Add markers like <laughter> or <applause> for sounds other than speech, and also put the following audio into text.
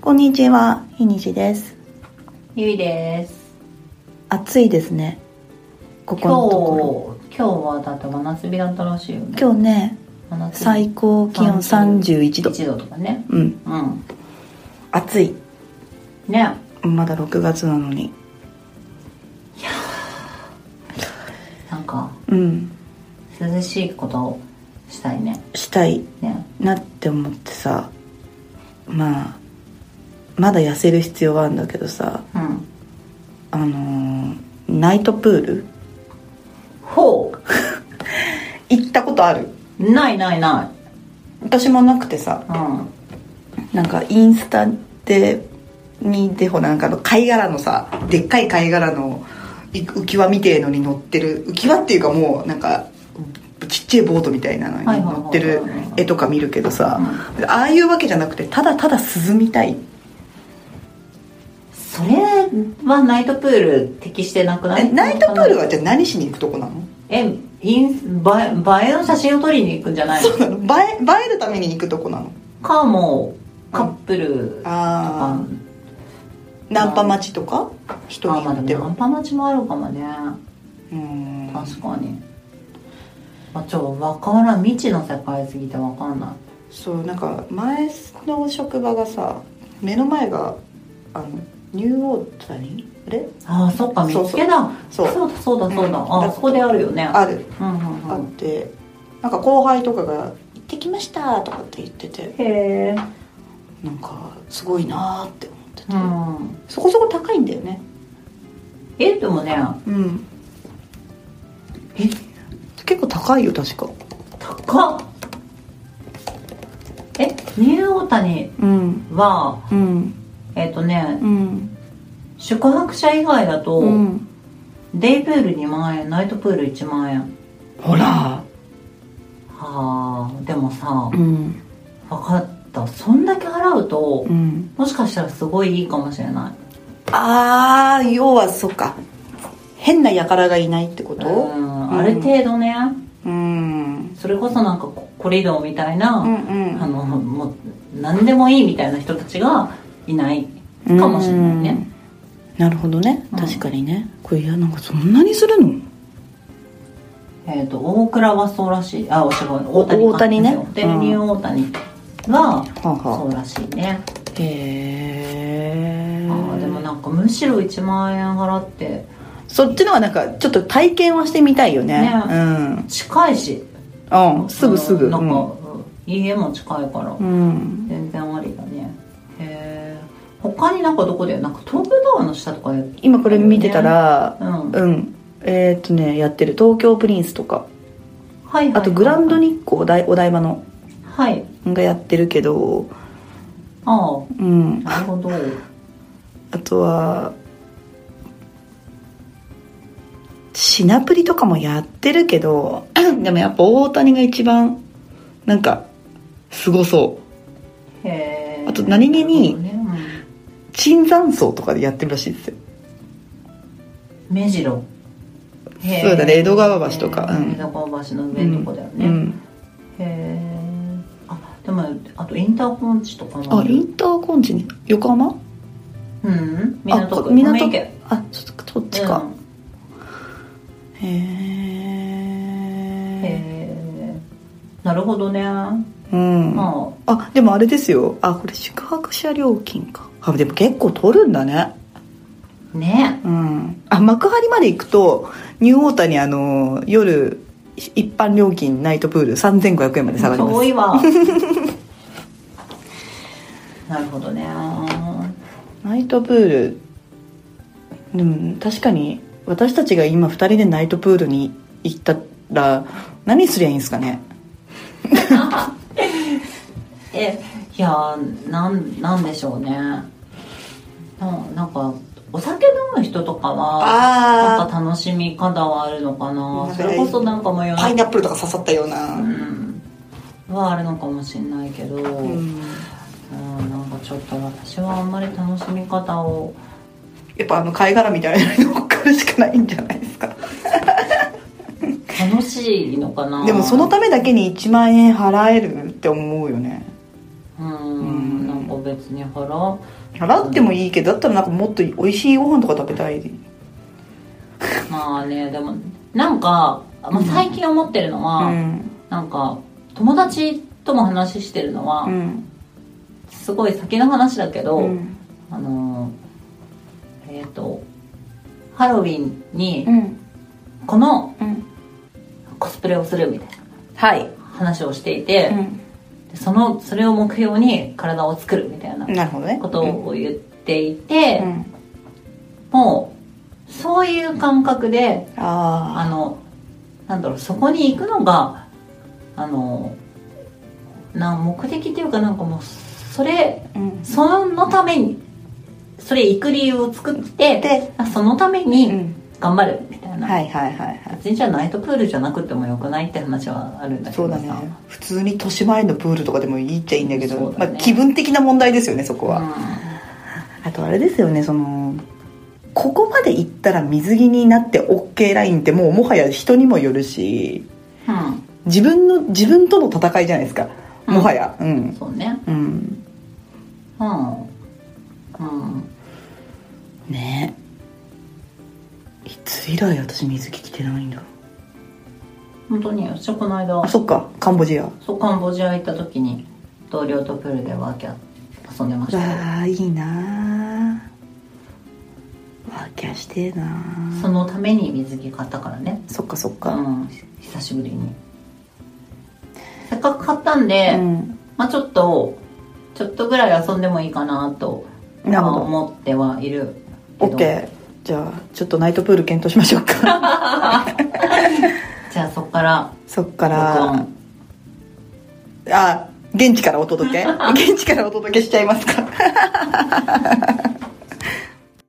こんにちは、ひにしです。ゆいです暑いですね。ここ今のところ。日今日はだって真夏日だったらしいよね今日ね、真夏日最高気温31度。 1度とかねうん、うん暑い。ねまだ6月なのに。なんかうん、涼しいことをしたいねしたいねなって思ってさ、まあ、まだ痩せる必要はあるんだけどさ、うんあのーナイトプールほ行ったことあるうないないな私もなくてさいうんなんかインスタで見てほらなんかあの貝殻のさでっかい貝殻のい浮き輪みてえのに乗ってる浮き輪っていうかもうなんかちっちゃいボートみたいなのにはいはいはいはい乗ってる絵とか見るけどさああいうわけじゃなくてただただ涼みたいそれはナイトプール適してなくなえいナイトプールはじゃあ何しに行くとこ <laughs> なのえインス映え映えの写真を撮りに行くんじゃないそうなの映え映えるために行くとこなのかもうカップルとかああナンパ待ちとか人あにまよあっでてもナはンパ待ちもあるかもねうん確かに、まあ、ちょ分からん未知の世界すぎて分かんないそうなんか前の職場がさ目の前があのニューオータニあれああそっか見そうそうつけだそそううだそうだそううだ、んああそこであるよねあるうんうんあうっんてなんか後輩とかが「行ってきました」とかって言っててへえなんかすごいなーって思ってて、うんそこそこ高いんだよねえでもねうんえ結構高いよ確か高っえニューオータニうんはうんえっ、とねうん宿泊者以外だと、うんデイプール2万円ナイトプール1万円ほらはあでもさうん分かったそんだけ払うと、うんもしかしたらすごいいいかもしれないああ要はそっか変な輩がいないってこうとんある程度ねうんそれこそなんかココリドーみたいな、うんあのもう何でもいいみたいな人たちがいないうんかもしれないねうんなるほどねうん確かにね、これいやなんかそんなにするのえっと大倉はそうらしいあお違う大谷か大谷ねでうんニュー大谷ははあそはうらしいね、あへえあーでもなんかむしろ1万円払ってそっちのはなんかちょっと体験はしてみたいよねね近いしうん、うん、すぐすぐうんなんか、ううん家も近いから、ん、全然ありだねへえ他になんかどこでなんか東京タワーの下とかで今これ見てたら、うんうんえーっとねやってる東京プリンスとかはいはいあとグランド日光お台お台場のはいがやってるけどあうんあなるほどあとはシナプリとかもやってるけど <clears throat> でもやっぱ大谷が一番なんかすごそうへえ <laughs> あと何気になるほどね椿山荘とかでやってるらしいですようん目白へーそうだね江戸川橋とかうん江戸川橋の上のとこだよね、うんへえあでもあとインターコンチとかもあインターコンチに横浜うん港あ区こ港区ため池あそそっちうか、んへへええなるほどね、うんあまでもあれですよあこれ宿泊者料金かあでも結構取るんだねあねうん、あ幕張まで行くとニューオータにあの夜一般料金ナイトプール3500円まで下がりま遠すい <laughs> わなるほどねナイトプールでも確かに私たちが今2人でナイトプールに行ったら何すりゃいいんですかねえいやーなんなんでしょうねななんかお酒飲む人とかはなんあか楽しみ方はあるのなかなんそかれこそなんかもう夜あナップルとか刺さったようなうんはあるのかもしれないけど、ううん、んなんかちょっと私はあんまり楽しみ方をやっぱあの貝殻みたいなのに乗っかるしかないんじゃないですか楽しいのかなでもそのためだけに1万円払えるって思うよねううんんなんか別別に払払ってもいいけどだったらなんかもっと美味しいご飯とか食べたいまあねでもなんか、まあ、最近思ってるのうは、んなんか友達とも話してるのは、うんすごい先の話だけど、うんあのえっ、とハロウィンにうんこのうんコスプレをするみたいはいな話をしていてう、んでそのそれを目標に体を作るみたいななるほどねことを言っていて、うんうんもうそういう感覚でああのなんだろうそこに行くのがあのな目的っていうかなんかもうそれあうんそのためにそれ行く理由を作ってであそのためうにん頑張るみたいな、はいはいはいはい別にじゃあナイトプールじゃなくてもよくないって話はあるんだけそうどださね普通に年前のプールとかでもいいっちゃいいんだけどそうだまねあ、気分的な問題ですよねそこは、うんあとあれですよねそのここまで行ったら水着になって OK ラインってもうもはや人にもよるし自分の自分との戦いじゃないですかうんもはやううんん、そうねうん、うんうんねいつ以来私水着着てないんだろう本当に私はこの間あそっかカンボジアわそうカンボジア行った時に同僚とプールでワーキャー遊んでましたよあいいなあワーキャーしてえなあそのために水着買ったからねそっかそっうか、ん久しぶりにせっかく買ったんで、うんまあちょっとちょっとぐらい遊んでもいいかなとなるほどまあ思ってはいるけオどッケーじゃあちょっとナイトプール検討しましょうかじゃあそっからそっか録ら音 <laughs> あ現地からお届け現地からお届けしちゃいますか